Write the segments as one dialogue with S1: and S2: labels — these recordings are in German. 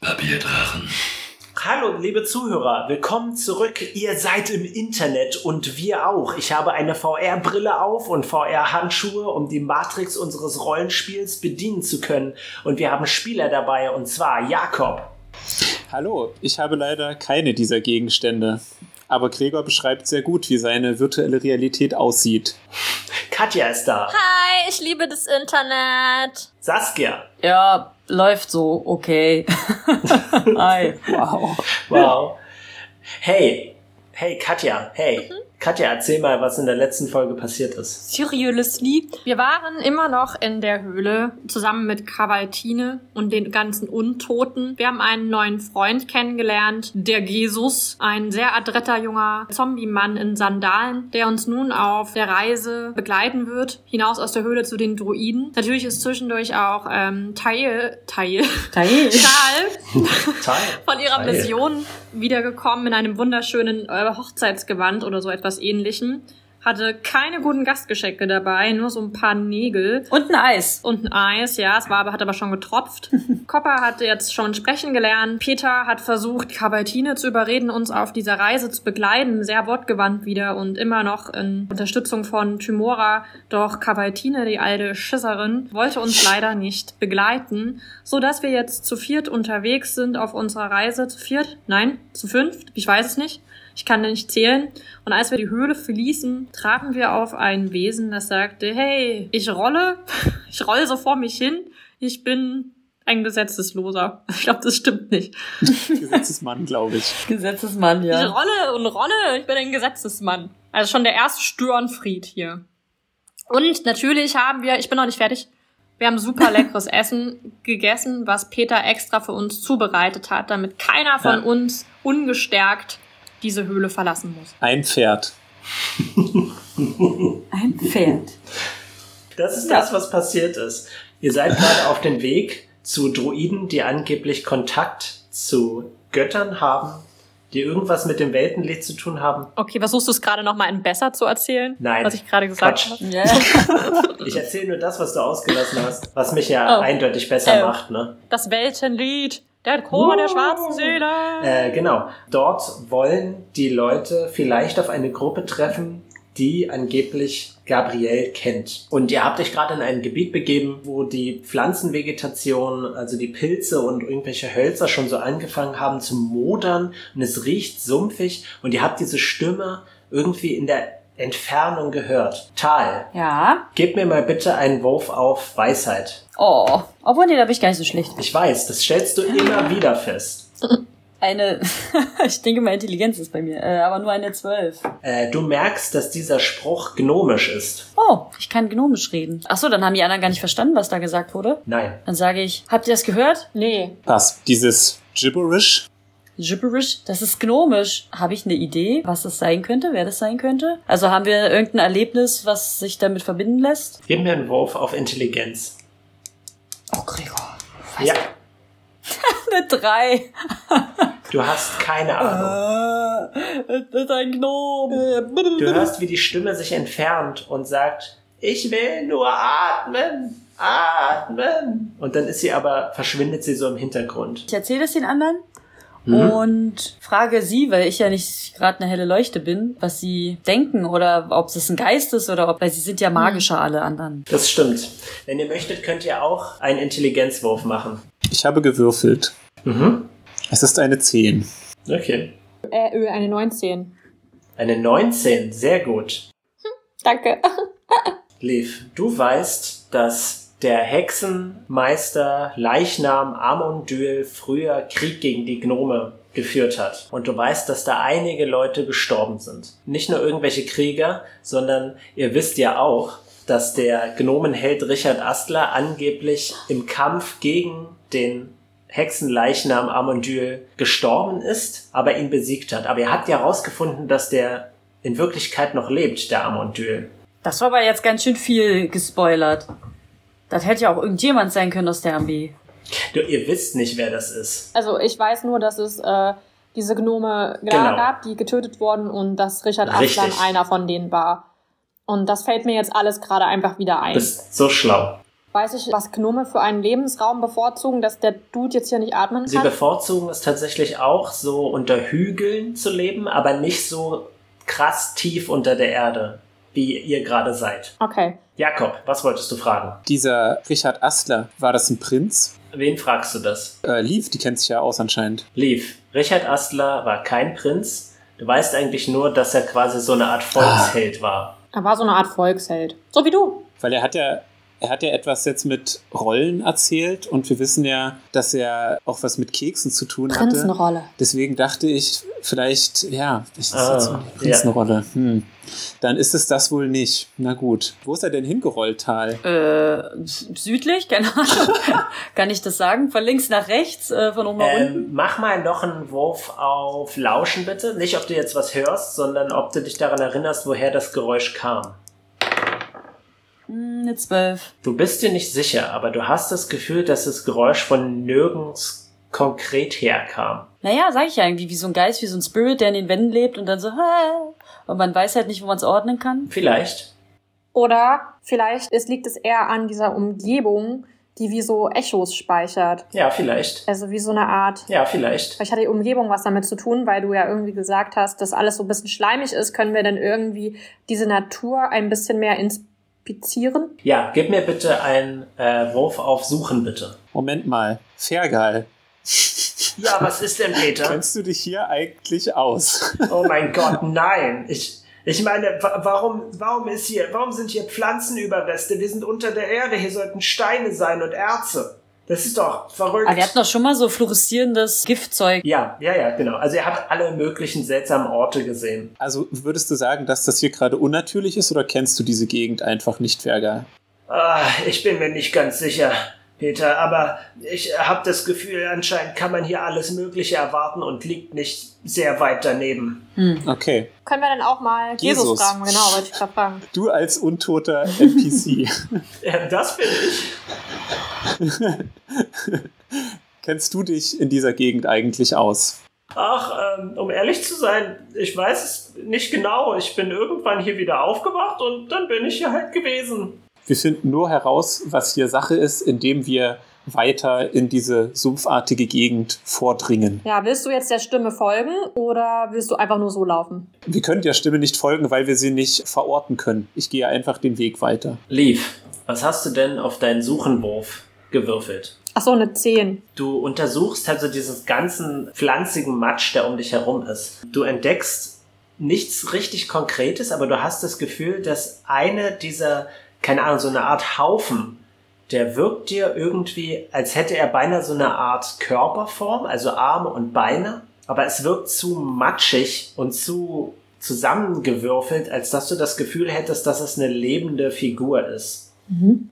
S1: Papierdrachen.
S2: Hallo, liebe Zuhörer, willkommen zurück. Ihr seid im Internet und wir auch. Ich habe eine VR-Brille auf und VR-Handschuhe, um die Matrix unseres Rollenspiels bedienen zu können. Und wir haben Spieler dabei, und zwar Jakob.
S3: Hallo, ich habe leider keine dieser Gegenstände. Aber Gregor beschreibt sehr gut, wie seine virtuelle Realität aussieht.
S2: Katja ist da.
S4: Hi, ich liebe das Internet.
S2: Saskia.
S5: Ja, läuft so, okay. Hi. Wow.
S2: Wow. Hey, hey Katja, hey. Katja, erzähl mal, was in der letzten Folge passiert ist.
S4: Seriously?
S6: Wir waren immer noch in der Höhle zusammen mit Kavaltine und den ganzen Untoten. Wir haben einen neuen Freund kennengelernt, der Jesus, ein sehr adretter junger Zombie-Mann in Sandalen, der uns nun auf der Reise begleiten wird, hinaus aus der Höhle zu den Druiden. Natürlich ist zwischendurch auch ähm, Teil, Teil,
S5: Teil.
S6: Schal
S2: Teil.
S6: von ihrer
S2: Teil.
S6: Mission wiedergekommen in einem wunderschönen äh, Hochzeitsgewand oder so etwas ähnlichem. Hatte keine guten Gastgeschenke dabei, nur so ein paar Nägel
S5: Und ein Eis.
S6: und ein Eis. Ja, es war aber, hat aber schon getropft. Copper hat jetzt schon sprechen gelernt. Peter hat versucht, Kabaltine zu überreden, uns auf dieser Reise zu begleiten. Sehr wortgewandt wieder und immer noch in Unterstützung von Tymora. Doch Kabaltine, die alte Schisserin, wollte uns leider nicht begleiten, so dass wir jetzt zu viert unterwegs sind auf unserer Reise. Zu viert? Nein, zu fünft? Ich weiß es nicht. Ich kann nicht zählen. Und als wir die Höhle verließen, trafen wir auf ein Wesen, das sagte, hey, ich rolle, ich rolle so vor mich hin, ich bin ein Gesetzesloser. Ich glaube, das stimmt nicht.
S3: Gesetzesmann, glaube ich.
S5: Gesetzesmann,
S6: Ich
S5: ja.
S6: rolle und rolle, ich bin ein Gesetzesmann. Also schon der erste Störenfried hier. Und natürlich haben wir, ich bin noch nicht fertig, wir haben super leckeres Essen gegessen, was Peter extra für uns zubereitet hat, damit keiner von
S2: Ja.
S6: uns ungestärkt diese Höhle verlassen muss.
S3: Ein Pferd.
S5: Ein Pferd.
S2: Das ist das, was passiert ist. Ihr seid gerade auf dem Weg zu Druiden, die angeblich Kontakt zu Göttern haben, die irgendwas mit dem Weltenlicht zu tun haben.
S6: Okay, versuchst du es gerade nochmal in besser zu erzählen?
S2: Nein.
S6: Was ich gerade gesagt
S2: Quatsch.
S6: habe?
S5: Ja.
S2: Ich erzähle nur das, was du ausgelassen hast, was mich ja
S6: Oh.
S2: eindeutig besser
S6: Äh.
S2: macht, ne?
S6: Das Weltenlied, der Chor
S2: Uh.
S6: der schwarzen Seele.
S2: Äh, genau. Dort wollen die Leute vielleicht auf eine Gruppe treffen, die angeblich Gabriel kennt. Und ihr habt euch gerade in ein Gebiet begeben, wo die Pflanzenvegetation, also die Pilze und irgendwelche Hölzer schon so angefangen haben zu modern und es riecht sumpfig und ihr habt diese Stimme irgendwie in der Entfernung gehört. Tal,
S5: ja.
S2: gib mir mal bitte einen Wurf auf Weisheit.
S5: Oh. Obwohl, nee, da bin ich gar nicht so schlecht.
S2: Ich weiß, das stellst du immer wieder fest.
S5: Eine. ich denke mal, Intelligenz ist bei mir. Äh, aber nur eine 12.
S2: Äh, du merkst, dass dieser Spruch gnomisch ist.
S5: Oh, ich kann gnomisch reden. Ach so, dann haben die anderen gar nicht verstanden, was da gesagt wurde.
S2: Nein.
S5: Dann sage ich, habt ihr das gehört?
S6: Nee.
S3: Was? Dieses Gibberish?
S5: Gibberish, das ist gnomisch. Habe ich eine Idee, was das sein könnte, wer das sein könnte? Also haben wir irgendein Erlebnis, was sich damit verbinden lässt?
S2: Gib mir einen Wurf auf Intelligenz.
S5: Oh, Gregor.
S2: ja,
S5: Eine 3.
S2: du hast keine
S5: Äh.
S2: Ahnung.
S5: Das Äh, ist ein Gnom.
S2: Du hörst, wie die Stimme sich entfernt und sagt, ich will nur atmen, atmen. Und dann ist sie aber, verschwindet sie so im Hintergrund.
S5: Ich erzähle es den anderen Mhm. und frage sie, weil ich ja nicht gerade eine helle Leuchte bin, was sie denken oder ob es ein Geist ist oder ob, weil sie sind ja magischer alle anderen.
S2: Das stimmt. Wenn ihr möchtet, könnt ihr auch einen Intelligenzwurf machen.
S3: Ich habe gewürfelt.
S2: Mhm.
S3: Es ist eine 10.
S2: Okay.
S6: Äh, Ö, eine 19.
S2: Eine 19, sehr gut.
S6: Danke.
S2: Liv, du weißt, dass der Hexenmeister Leichnam Amundül früher Krieg gegen die Gnome geführt hat. Und du weißt, dass da einige Leute gestorben sind. Nicht nur irgendwelche Krieger, sondern ihr wisst ja auch, dass der Gnomenheld Richard Astler angeblich im Kampf gegen den Hexenleichnam Amundül gestorben ist, aber ihn besiegt hat. Aber ihr habt ja herausgefunden, dass der in Wirklichkeit noch lebt, der Amundül.
S5: Das war aber jetzt ganz schön viel gespoilert. Das hätte ja auch irgendjemand sein können aus der Armee.
S2: Du, ihr wisst nicht, wer das ist.
S6: Also ich weiß nur, dass es äh, diese Gnome
S2: Genau.
S6: gab, die getötet wurden und dass Richard
S2: Richtig.
S6: Aslan einer von denen war. Und das fällt mir jetzt alles gerade einfach wieder ein.
S2: Bist so schlau.
S6: Weiß ich, was Gnome für einen Lebensraum bevorzugen, dass der Dude jetzt hier nicht atmen
S2: Sie
S6: kann?
S2: bevorzugen es tatsächlich auch, so unter Hügeln zu leben, aber nicht so krass tief unter der Erde, wie ihr gerade seid.
S6: Okay.
S2: Jakob, was wolltest du fragen?
S3: Dieser Richard Astler, war das ein Prinz?
S2: Wen fragst du das?
S3: Äh, Leaf, die kennt sich ja aus anscheinend.
S2: Lief. Richard Astler war kein Prinz. Du weißt eigentlich nur, dass er quasi so eine Art Volksheld war.
S6: Er war so eine Art Volksheld. So wie du.
S3: Weil er hat ja, er hat ja etwas jetzt mit Rollen erzählt und wir wissen ja, dass er auch was mit Keksen zu tun hatte.
S6: Prinzenrolle.
S3: Deswegen dachte ich, vielleicht, ja, das ist
S2: Ah,
S3: jetzt eine Prinzenrolle. Hm. Dann ist es das wohl nicht. Na gut. Wo ist er denn hingerollt, Tal?
S5: Äh, s- südlich, keine Ahnung. Kann ich das sagen? Von links nach rechts, äh, von oben nach unten?
S2: Ähm, mach mal noch einen Wurf auf Lauschen bitte. Nicht, ob du jetzt was hörst, sondern ob du dich daran erinnerst, woher das Geräusch kam.
S5: Hm, Eine zwölf.
S2: Du bist dir nicht sicher, aber du hast das Gefühl, dass das Geräusch von nirgends konkret herkam.
S5: Naja, sag ich ja irgendwie, wie so ein Geist, wie so ein Spirit, der in den Wänden lebt und dann so, Hä? und man weiß halt nicht, wo man es ordnen kann.
S2: Vielleicht.
S6: Oder vielleicht es liegt es eher an dieser Umgebung, die wie so Echos speichert.
S2: Ja, vielleicht.
S6: Also wie so eine Art.
S2: Ja, vielleicht.
S6: Vielleicht hat die Umgebung was damit zu tun, weil du ja irgendwie gesagt hast, dass alles so ein bisschen schleimig ist. Können wir denn irgendwie diese Natur ein bisschen mehr inspizieren?
S2: Ja, gib mir bitte einen äh, Wurf auf Suchen, bitte.
S3: Moment mal. Fergal.
S2: Ja, was ist denn, Peter?
S3: Kennst du dich hier eigentlich aus?
S2: Oh mein Gott, nein. Ich, ich meine, wa- warum, warum ist hier, warum sind hier Pflanzenüberreste? Wir sind unter der Erde, hier sollten Steine sein und Erze. Das ist doch verrückt.
S5: Aber wir hatten doch schon mal so fluoreszierendes Giftzeug.
S2: ja, ja, ja, genau. Also er hat alle möglichen seltsamen Orte gesehen.
S3: Also würdest du sagen, dass das hier gerade unnatürlich ist oder kennst du diese Gegend einfach nicht, Fergal?
S2: Ah, ich bin mir nicht ganz sicher, Peter, aber ich habe das Gefühl, anscheinend kann man hier alles Mögliche erwarten und liegt nicht sehr weit daneben.
S3: Okay.
S6: Können wir dann auch mal Jesus,
S3: Jesus.
S6: fragen? Genau, wollte ich gerade fragen.
S3: Du als untoter NPC.
S2: Ja, das bin ich.
S3: Kennst du dich in dieser Gegend eigentlich aus?
S2: Ach, ähm, um ehrlich zu sein, ich weiß es nicht genau. Ich bin irgendwann hier wieder aufgewacht und dann bin ich hier halt gewesen.
S3: Wir finden nur heraus, was hier Sache ist, indem wir weiter in diese sumpfartige Gegend vordringen.
S6: Ja, willst du jetzt der Stimme folgen oder willst du einfach nur so laufen?
S3: Wir können der Stimme nicht folgen, weil wir sie nicht verorten können. Ich gehe einfach den Weg weiter.
S2: Leaf, was hast du denn auf deinen Suchenwurf gewürfelt?
S6: Ach so, eine 10.
S2: Du untersuchst also diesen ganzen pflanzigen Matsch, der um dich herum ist. Du entdeckst nichts richtig Konkretes, aber du hast das Gefühl, dass eine dieser, keine Ahnung, so eine Art Haufen, der wirkt dir irgendwie, als hätte er beinahe so eine Art Körperform, also Arme und Beine, aber es wirkt zu matschig und zu zusammengewürfelt, als dass du das Gefühl hättest, dass es eine lebende Figur ist.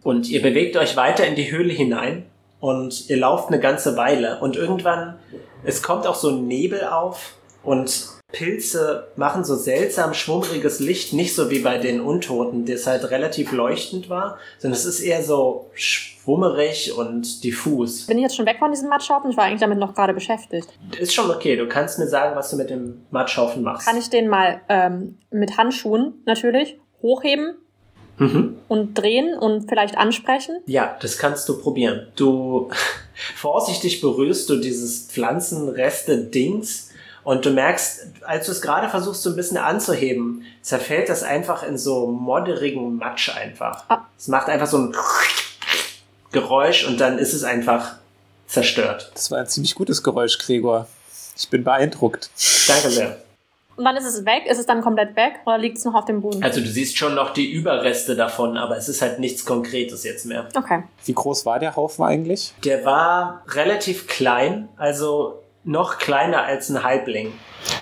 S2: Und ihr bewegt euch weiter in die Höhle hinein und ihr lauft eine ganze Weile und irgendwann, es kommt auch so ein Nebel auf und Pilze machen so seltsam schwummriges Licht, nicht so wie bei den Untoten, das halt relativ leuchtend war, sondern es ist eher so schwummerig und diffus.
S6: Bin ich jetzt schon weg von diesem Matschhaufen? Ich war eigentlich damit noch gerade beschäftigt.
S2: Ist schon okay, du kannst mir sagen, was du mit dem Matschhaufen machst.
S6: Kann ich den mal ähm, mit Handschuhen natürlich hochheben
S2: Mhm.
S6: und drehen und vielleicht ansprechen?
S2: Ja, das kannst du probieren. Du vorsichtig berührst du dieses Pflanzenreste-Dings und du merkst, als du es gerade versuchst, so ein bisschen anzuheben, zerfällt das einfach in so modderigen Matsch einfach.
S6: Ah.
S2: Es macht einfach so ein Geräusch und dann ist es einfach zerstört.
S3: Das war ein ziemlich gutes Geräusch, Gregor. Ich bin beeindruckt.
S2: Danke sehr.
S6: Und dann ist es weg? Ist es dann komplett weg oder liegt es noch auf dem Boden?
S2: Also du siehst schon noch die Überreste davon, aber es ist halt nichts Konkretes jetzt mehr.
S6: Okay.
S3: Wie groß war der Haufen eigentlich?
S2: Der war relativ klein, also noch kleiner als ein Halbling.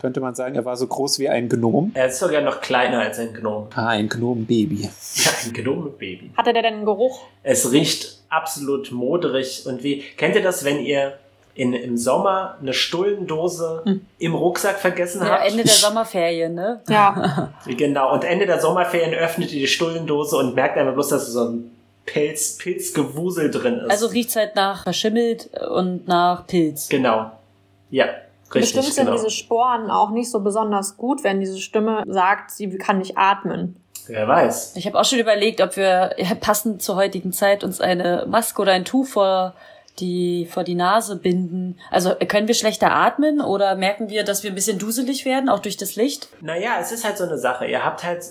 S3: Könnte man sagen, er war so groß wie ein Gnom?
S2: Er ist sogar noch kleiner als ein Gnom.
S3: Ah, ein Gnomenbaby.
S2: Ja, ein Gnomenbaby.
S6: Hatte der denn einen Geruch?
S2: Es riecht absolut moderig und wie. Kennt ihr das, wenn ihr in, im Sommer eine Stullendose im Rucksack vergessen
S5: Hm. Ja,
S2: habt?
S5: Ende der Sommerferien, ne?
S6: Ja.
S2: genau, und Ende der Sommerferien öffnet ihr die Stullendose und merkt einfach bloß, dass so ein Pilz, Pilzgewusel drin ist.
S5: Also riecht's halt nach verschimmelt und nach Pilz.
S2: genau. Ja, richtig.
S6: Bestimmt sind
S2: genau.
S6: diese Sporen auch nicht so besonders gut, wenn diese Stimme sagt, sie kann nicht atmen.
S2: Wer weiß.
S5: Ich habe auch schon überlegt, ob wir ja, passend zur heutigen Zeit uns eine Maske oder ein Tuch vor die, vor die Nase binden. Also können wir schlechter atmen oder merken wir, dass wir ein bisschen duselig werden, auch durch das Licht?
S2: Naja, es ist halt so eine Sache. Ihr habt halt,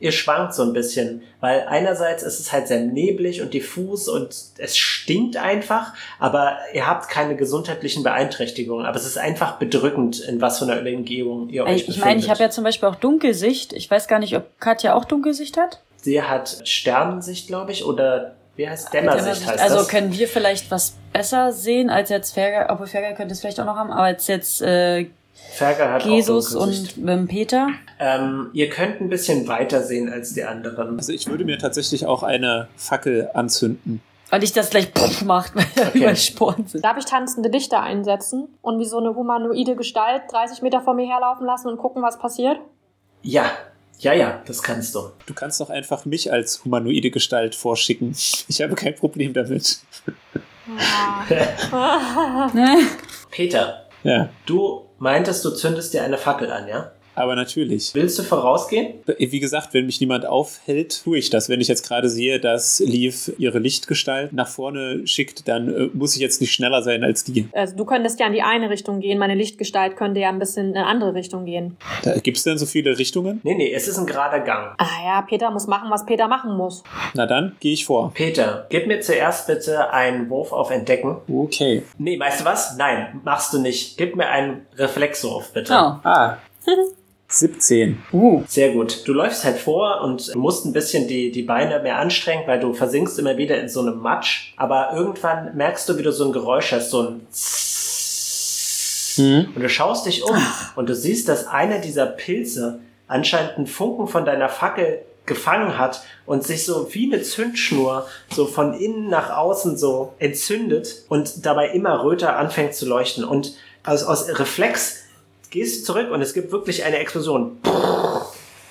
S2: ihr schwankt so ein bisschen, weil einerseits ist es halt sehr neblig und diffus und es stinkt einfach, aber ihr habt keine gesundheitlichen Beeinträchtigungen. Aber es ist einfach bedrückend, in was für einer Umgebung ihr euch
S5: Äh, Ich,
S2: befindet.
S5: ich meine, ich habe ja zum Beispiel auch Dunkelsicht. Ich weiß gar nicht, ob Katja auch Dunkelsicht hat.
S2: Sie hat Sternensicht, glaube ich, oder wie heißt Dämmersicht? Heißt
S5: also
S2: das?
S5: können wir vielleicht was besser sehen als jetzt Ferger, obwohl Ferger könnte es vielleicht auch noch haben, aber als jetzt äh,
S2: Ferger hat
S5: Jesus
S2: auch Dunkelsicht.
S5: und ähm, Peter.
S2: Ähm, ihr könnt ein bisschen weiter sehen als die anderen.
S3: Also ich würde mir tatsächlich auch eine Fackel anzünden.
S5: Und ich das gleich puff macht, weil wir
S2: Okay.
S5: übersporen sind.
S6: Darf ich tanzende Lichter einsetzen und wie so eine humanoide Gestalt 30 Meter vor mir herlaufen lassen und gucken, was passiert?
S2: Ja, ja, ja, das kannst du.
S3: Du kannst doch einfach mich als humanoide Gestalt vorschicken. Ich habe kein Problem damit.
S5: Ne?
S2: Peter,
S3: Ja,
S2: du meintest, du zündest dir eine Fackel an, ja?
S3: aber natürlich.
S2: Willst du vorausgehen?
S3: Wie gesagt, wenn mich niemand aufhält, tue ich das. Wenn ich jetzt gerade sehe, dass Leaf ihre Lichtgestalt nach vorne schickt, dann äh, muss ich jetzt nicht schneller sein als die.
S6: Also du könntest ja in die eine Richtung gehen, meine Lichtgestalt könnte ja ein bisschen in eine andere Richtung gehen.
S3: Da gibt es denn so viele Richtungen?
S2: Nee, nee, es ist ein gerader Gang.
S6: Ah ja, Peter muss machen, was Peter machen muss.
S3: Na dann gehe ich vor.
S2: Peter, gib mir zuerst bitte einen Wurf auf Entdecken.
S3: Okay.
S2: Nee, weißt du was? Nein, machst du nicht. Gib mir einen Reflexwurf, bitte.
S5: Oh.
S3: Ah. 17.
S5: Uh.
S2: Sehr gut. Du läufst halt vor und musst ein bisschen die, die Beine mehr anstrengen, weil du versinkst immer wieder in so einem Matsch. Aber irgendwann merkst du, wie du so ein Geräusch hast, so ein Zzzz.
S3: Mhm.
S2: und du schaust dich um und du siehst, dass einer dieser Pilze anscheinend einen Funken von deiner Fackel gefangen hat und sich so wie eine Zündschnur so von innen nach außen so entzündet und dabei immer röter anfängt zu leuchten. Und aus, aus Reflex gehst du zurück und es gibt wirklich eine Explosion.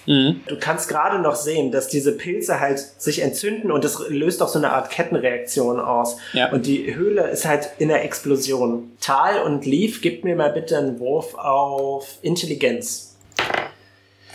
S3: Mhm.
S2: Du kannst gerade noch sehen, dass diese Pilze halt sich entzünden und das löst auch so eine Art Kettenreaktion aus.
S3: Ja.
S2: Und die Höhle ist halt in der Explosion. Tal und Leaf, gib mir mal bitte einen Wurf auf Intelligenz.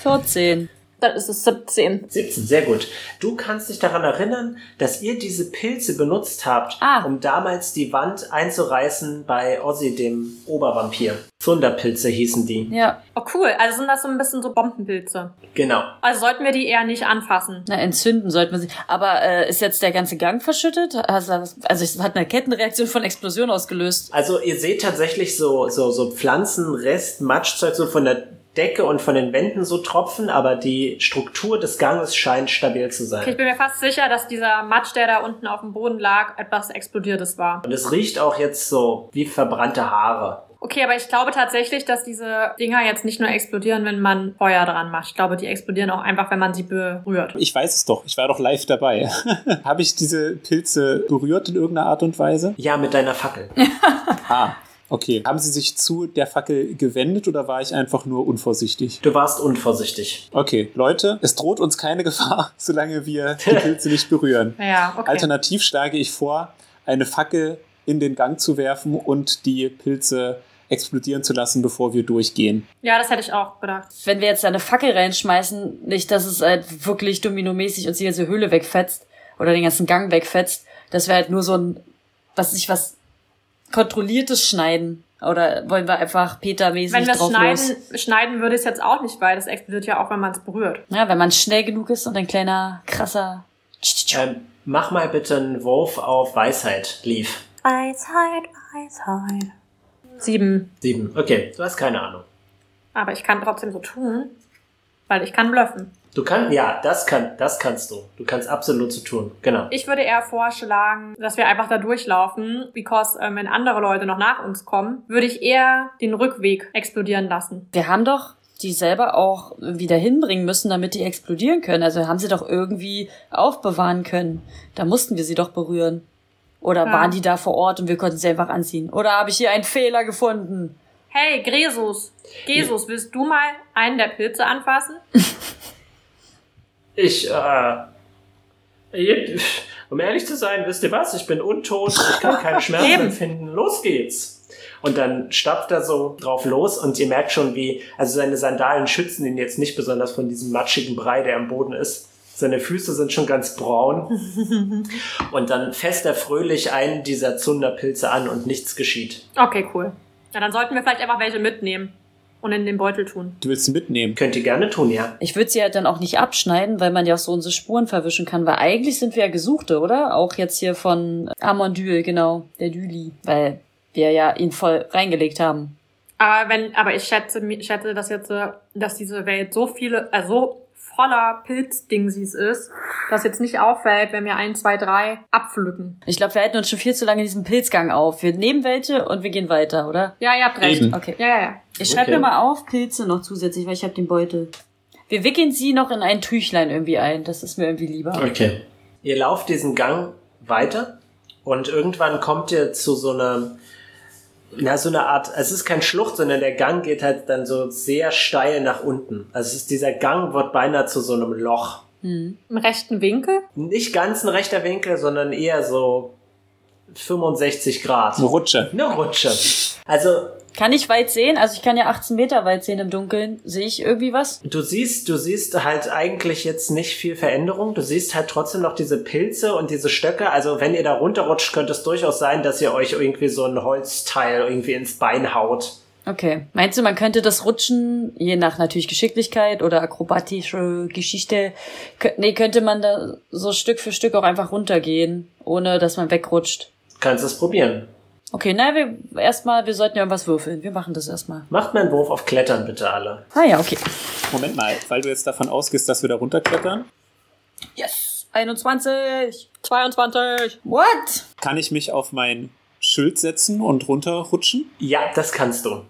S5: 14.
S6: Das ist es 17.
S2: 17, sehr gut. Du kannst dich daran erinnern, dass ihr diese Pilze benutzt habt,
S5: Ah.
S2: um damals die Wand einzureißen bei Ozzy, dem Obervampir. Thunderpilze hießen die.
S5: Ja.
S6: Oh cool, also sind das so ein bisschen so Bombenpilze.
S2: Genau.
S6: Also sollten wir die eher nicht anfassen.
S5: Na, entzünden sollten wir sie. Aber äh, ist jetzt der ganze Gang verschüttet? Also, also es hat eine Kettenreaktion von Explosion ausgelöst.
S2: Also ihr seht tatsächlich so, so, so Pflanzenrest, Matschzeug so von der Decke und von den Wänden so tropfen, aber die Struktur des Ganges scheint stabil zu
S6: Okay, ich
S2: sein.
S6: bin mir fast sicher, dass dieser Matsch, der da unten auf dem Boden lag, etwas Explodiertes war.
S2: Und es riecht auch jetzt so wie verbrannte Haare.
S6: Okay, aber ich glaube tatsächlich, dass diese Dinger jetzt nicht nur explodieren, wenn man Feuer dran macht. Ich glaube, die explodieren auch einfach, wenn man sie berührt.
S3: Ich weiß es doch. Ich war doch live dabei. Habe ich diese Pilze berührt in irgendeiner Art und Weise?
S2: Ja, mit deiner Fackel.
S3: Ah. Okay. Haben sie sich zu der Fackel gewendet oder war ich einfach nur unvorsichtig?
S2: Du warst unvorsichtig.
S3: Okay, Leute, es droht uns keine Gefahr, solange wir die Pilze nicht berühren.
S6: Ja, okay.
S3: Alternativ schlage ich vor, eine Fackel in den Gang zu werfen und die Pilze explodieren zu lassen, bevor wir durchgehen.
S6: ja, das hätte ich auch gedacht.
S5: Wenn wir jetzt da eine Fackel reinschmeißen, nicht, dass es halt wirklich dominomäßig uns die ganze Höhle wegfetzt oder den ganzen Gang wegfetzt, das wäre halt nur so ein, was ich was kontrolliertes Schneiden. Oder wollen wir einfach Peter-mäßig
S6: Wenn wir es
S5: drauf los?
S6: schneiden, schneiden würde ich es jetzt auch nicht, weil das explodiert ja auch, wenn man es berührt.
S5: Ja, wenn man schnell genug ist und ein kleiner, krasser.
S2: Ähm, mach mal bitte einen Wurf auf Weisheit, Leaf.
S6: Weisheit, Weisheit. Sieben.
S2: Sieben. Okay, du hast keine Ahnung.
S6: Aber ich kann trotzdem so tun, weil ich kann bluffen.
S2: Du kannst, ja, das kann, das kannst du. Du kannst absolut so tun. Genau.
S6: Ich würde eher vorschlagen, dass wir einfach da durchlaufen, because ähm, wenn andere Leute noch nach uns kommen, würde ich eher den Rückweg explodieren lassen.
S5: Wir haben doch die selber auch wieder hinbringen müssen, damit die explodieren können. Also haben sie doch irgendwie aufbewahren können. Da mussten wir sie doch berühren. Oder
S6: Ja.
S5: waren die da vor Ort und wir konnten sie einfach anziehen? Oder habe ich hier einen Fehler gefunden?
S6: Hey, Gresus, Jesus, willst du mal einen der Pilze anfassen?
S2: Ich, äh, ich- um ehrlich zu sein, wisst ihr was? Ich bin untot, ich kann keine Schmerzen
S6: Eben.
S2: empfinden. Los geht's. Und dann stapft er so drauf los und ihr merkt schon, wie, also seine Sandalen schützen ihn jetzt nicht besonders von diesem matschigen Brei, der am Boden ist. Seine Füße sind schon ganz braun. Und dann fässt er fröhlich einen dieser Zunderpilze an und nichts geschieht.
S6: Okay, cool. Ja, dann sollten wir vielleicht einfach welche mitnehmen und in den Beutel tun.
S3: Du willst sie mitnehmen.
S2: Könnt ihr gerne tun, ja.
S5: Ich würde sie halt dann auch nicht abschneiden, weil man ja auch so unsere Spuren verwischen kann, weil eigentlich sind wir ja Gesuchte, oder? Auch jetzt hier von Amandül, genau, der Düli, weil wir ja ihn voll reingelegt haben.
S6: Aber wenn, aber ich schätze, mi- schätze, dass jetzt, äh, dass diese Welt so viele, also so voller Pilzdingsies ist, dass jetzt nicht auffällt, wenn wir ein, zwei, drei abpflücken.
S5: Ich glaube, wir halten uns schon viel zu lange in diesem Pilzgang auf. Wir nehmen welche und wir gehen weiter, oder?
S6: Ja, ihr habt recht.
S3: Eben.
S5: Okay.
S6: Ja, ja, ja.
S5: Ich
S2: Okay.
S5: schreibe mir mal auf, Pilze noch zusätzlich, weil ich habe den Beutel. Wir wickeln sie noch in ein Tüchlein irgendwie ein. Das ist mir irgendwie lieber.
S2: Okay. Ihr lauft diesen Gang weiter und irgendwann kommt ihr zu so einer, na, so einer Art, es ist kein Schlucht, sondern der Gang geht halt dann so sehr steil nach unten. Also es ist, dieser Gang wird beinahe zu so einem Loch.
S5: Hm.
S6: Im rechten Winkel?
S2: Nicht ganz ein rechter Winkel, sondern eher so 65 Grad.
S3: Eine Rutsche.
S2: Eine Rutsche. Also
S5: Kann ich weit sehen? Also ich kann ja 18 Meter weit sehen im Dunkeln. Sehe ich irgendwie was?
S2: Du siehst, du siehst halt eigentlich jetzt nicht viel Veränderung. Du siehst halt trotzdem noch diese Pilze und diese Stöcke. Also wenn ihr da runterrutscht, könnte es durchaus sein, dass ihr euch irgendwie so ein Holzteil irgendwie ins Bein haut.
S5: Okay. Meinst du, man könnte das Rutschen, je nach natürlich Geschicklichkeit oder akrobatische Geschichte, kö nee, könnte man da so Stück für Stück auch einfach runtergehen, ohne dass man wegrutscht?
S2: Kannst es probieren.
S5: Okay, na, wir erstmal, wir sollten ja irgendwas würfeln. Wir machen das erstmal.
S2: Macht mal einen Wurf auf Klettern bitte alle.
S5: Ah ja, okay.
S3: Moment mal, weil du jetzt davon ausgehst, dass wir da runterklettern,
S5: Yes! 21!
S6: 22.
S5: What?
S3: kann ich mich auf mein Schild setzen und runterrutschen?
S2: Ja, das kannst du.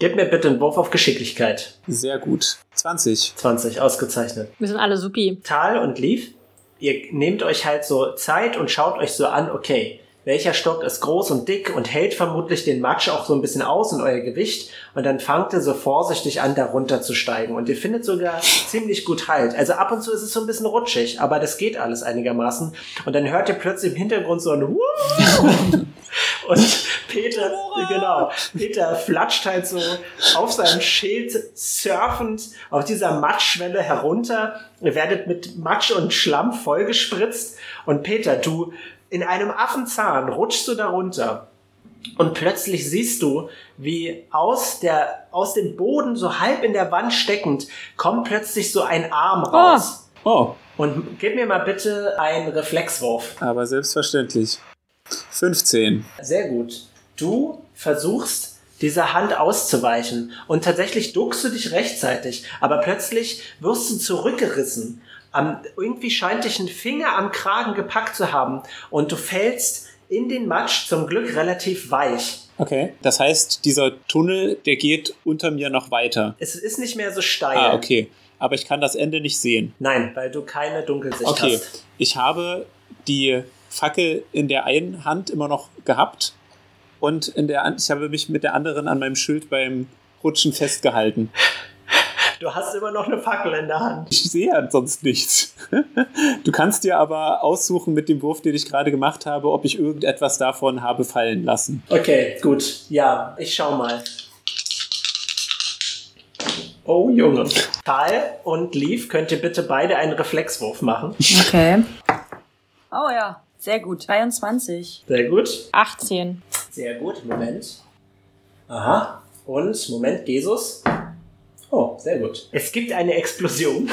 S2: Gib mir bitte einen Wurf auf Geschicklichkeit.
S3: Sehr gut. 20.
S2: 20, ausgezeichnet.
S6: Wir sind alle supi.
S2: Tal und Leaf, ihr nehmt euch halt so Zeit und schaut euch so an, okay, welcher Stock ist groß und dick und hält vermutlich den Matsch auch so ein bisschen aus und euer Gewicht. Und dann fangt ihr so vorsichtig an, da runterzusteigen. Und ihr findet sogar ziemlich gut Halt. Also ab und zu ist es so ein bisschen rutschig, aber das geht alles einigermaßen. Und dann hört ihr plötzlich im Hintergrund so ein Wuh! Und Peter, genau, Peter flatscht halt so auf seinem Schild surfend auf dieser Matschwelle herunter. Ihr werdet mit Matsch und Schlamm vollgespritzt. Und Peter, du in einem Affenzahn rutschst du darunter. Und plötzlich siehst du, wie aus, der, aus dem Boden, so halb in der Wand steckend, kommt plötzlich so ein Arm raus.
S3: Oh,
S2: Und gib mir mal bitte einen Reflexwurf.
S3: aber selbstverständlich. 15.
S2: Sehr gut. Du versuchst, dieser Hand auszuweichen und tatsächlich duckst du dich rechtzeitig, aber plötzlich wirst du zurückgerissen. Am, irgendwie scheint dich ein Finger am Kragen gepackt zu haben und du fällst in den Matsch, zum Glück relativ weich.
S3: Okay. Das heißt, dieser Tunnel, der geht unter mir noch weiter.
S2: Es ist nicht mehr so steil.
S3: Ah, okay. Aber ich kann das Ende nicht sehen.
S2: Nein, weil du keine Dunkelsicht
S3: Okay,
S2: hast.
S3: ich habe die Fackel in der einen Hand immer noch gehabt und in der an- ich habe mich mit der anderen an meinem Schild beim Rutschen festgehalten.
S2: Du hast immer noch eine Fackel in der Hand.
S3: Ich sehe ansonsten nichts. Du kannst dir aber aussuchen mit dem Wurf, den ich gerade gemacht habe, ob ich irgendetwas davon habe fallen lassen.
S2: Okay, gut. Ja, ich schau mal. Oh Junge. Tal und Leaf, könnt ihr bitte beide einen Reflexwurf machen?
S5: Okay. Oh ja, sehr gut. 23.
S2: Sehr gut.
S6: 18.
S2: Sehr gut, Moment. Aha. Und, Moment, Jesus. Oh, sehr gut. Es gibt eine Explosion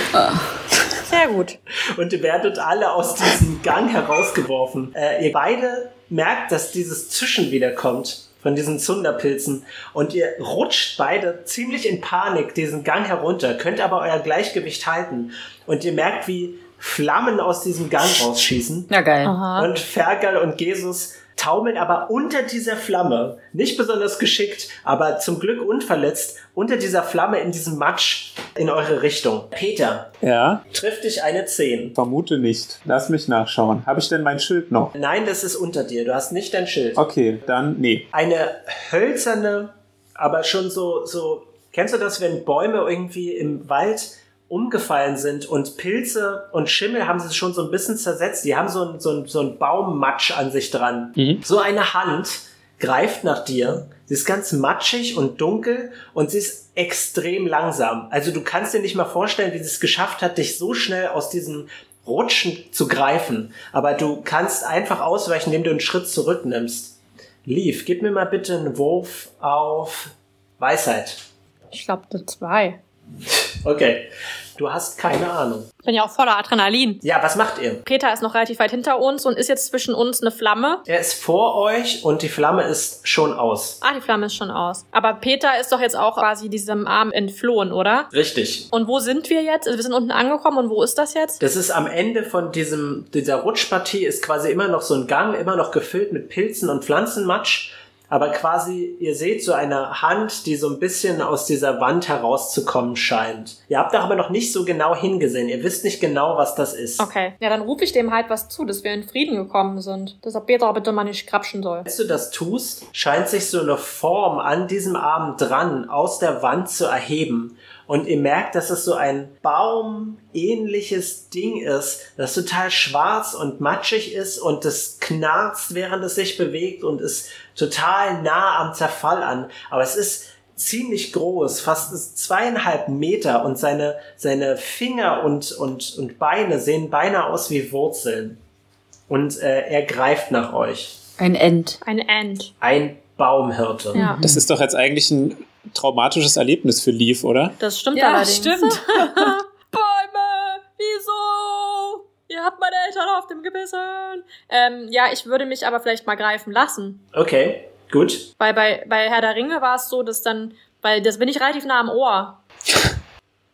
S6: Sehr gut.
S2: und ihr werdet alle aus diesem Gang herausgeworfen. Äh, ihr beide merkt, dass dieses Zischen wiederkommt von diesen Zunderpilzen und ihr rutscht beide ziemlich in Panik diesen Gang herunter, könnt aber euer Gleichgewicht halten und ihr merkt, wie Flammen aus diesem Gang rausschießen
S5: Na geil.
S6: Aha.
S2: und Fergal und Jesus taumeln aber unter dieser Flamme, nicht besonders geschickt, aber zum Glück unverletzt, unter dieser Flamme in diesem Matsch in eure Richtung. Peter,
S3: Ja,
S2: trifft dich eine 10.
S3: vermute nicht. Lass mich nachschauen. Habe ich denn mein Schild noch?
S2: Nein, das ist unter dir, du hast nicht dein Schild.
S3: Okay, dann nee.
S2: Eine hölzerne, aber schon so, so, kennst du das, wenn Bäume irgendwie im Wald umgefallen sind und Pilze und Schimmel haben sie schon so ein bisschen zersetzt, die haben so einen so einen- so einen Baummatsch an sich dran. So eine Hand greift nach dir. Sie ist ganz matschig und dunkel und sie ist extrem langsam. Also du kannst dir nicht mal vorstellen, wie sie es geschafft hat, dich so schnell aus diesem rutschend zu greifen, aber du kannst einfach ausweichen, indem du einen Schritt zurücknimmst. Leaf, gib mir mal bitte einen Wurf auf Weisheit.
S6: Ich glaube, eine zwei.
S2: Okay, du hast keine Ahnung.
S6: Ich bin ja auch voller Adrenalin.
S2: Ja, was macht ihr?
S6: Peter ist noch relativ weit hinter uns und ist jetzt zwischen uns eine Flamme.
S2: Er ist vor euch und die Flamme ist schon aus.
S6: Ah, die Flamme ist schon aus. Aber Peter ist doch jetzt auch quasi diesem Arm entflohen, oder?
S2: Richtig.
S6: Und wo sind wir jetzt? Also wir sind unten angekommen und wo ist das jetzt?
S2: Das ist am Ende von diesem, dieser Rutschpartie ist quasi immer noch so ein Gang, immer noch gefüllt mit Pilzen und Pflanzenmatsch. Aber quasi, ihr seht so eine Hand, die so ein bisschen aus dieser Wand herauszukommen scheint. Ihr habt da aber noch nicht so genau hingesehen. Ihr wisst nicht genau, was das ist.
S6: Okay. Ja, dann rufe ich dem halt was zu, dass wir in Frieden gekommen sind. Dass er Peter bitte mal nicht krapschen soll.
S2: Als du das tust, scheint sich so eine Form an diesem Arm dran aus der Wand zu erheben. Und ihr merkt, dass es so ein baumähnliches Ding ist, das total schwarz und matschig ist und das knarzt, während es sich bewegt und ist total nah am Zerfall an. Aber es ist ziemlich groß, fast zweieinhalb Meter und seine, seine Finger und, und, und Beine sehen beinahe aus wie Wurzeln. Und äh, er greift nach euch.
S5: Ein End.
S6: Ein End.
S2: Ein Baumhirte.
S6: Ja.
S3: Das ist doch jetzt eigentlich ein traumatisches Erlebnis für Leaf, oder?
S6: Das stimmt
S5: Ja,
S6: allerdings.
S5: stimmt.
S6: Bäume! Wieso? Ihr habt meine Eltern auf dem Gewissen. Ähm, ja, ich würde mich aber vielleicht mal greifen lassen.
S2: Okay, gut.
S6: Weil bei, bei Herr der Ringe war es so, dass dann, weil das bin ich relativ nah am Ohr.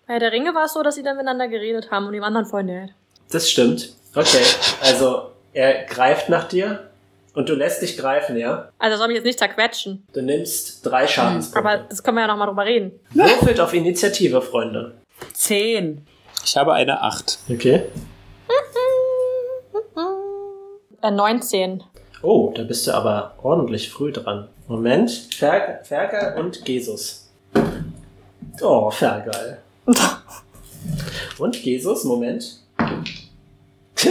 S6: Bei Herr der Ringe war es so, dass sie dann miteinander geredet haben und die anderen voll nett.
S2: Das stimmt. Okay, also er greift nach dir und du lässt dich greifen, ja?
S6: Also soll mich jetzt nicht zerquetschen.
S2: Du nimmst drei
S6: Aber
S2: Schadenspunkte.
S6: das können wir ja nochmal drüber reden.
S2: Würfelt auf Initiative, Freunde.
S5: Zehn.
S3: Ich habe eine Acht.
S2: Okay.
S6: Äh, 19.
S2: Oh, da bist du aber ordentlich früh dran. Moment. Fer Fergal und Jesus. Oh, Fergal. Und Jesus, Moment.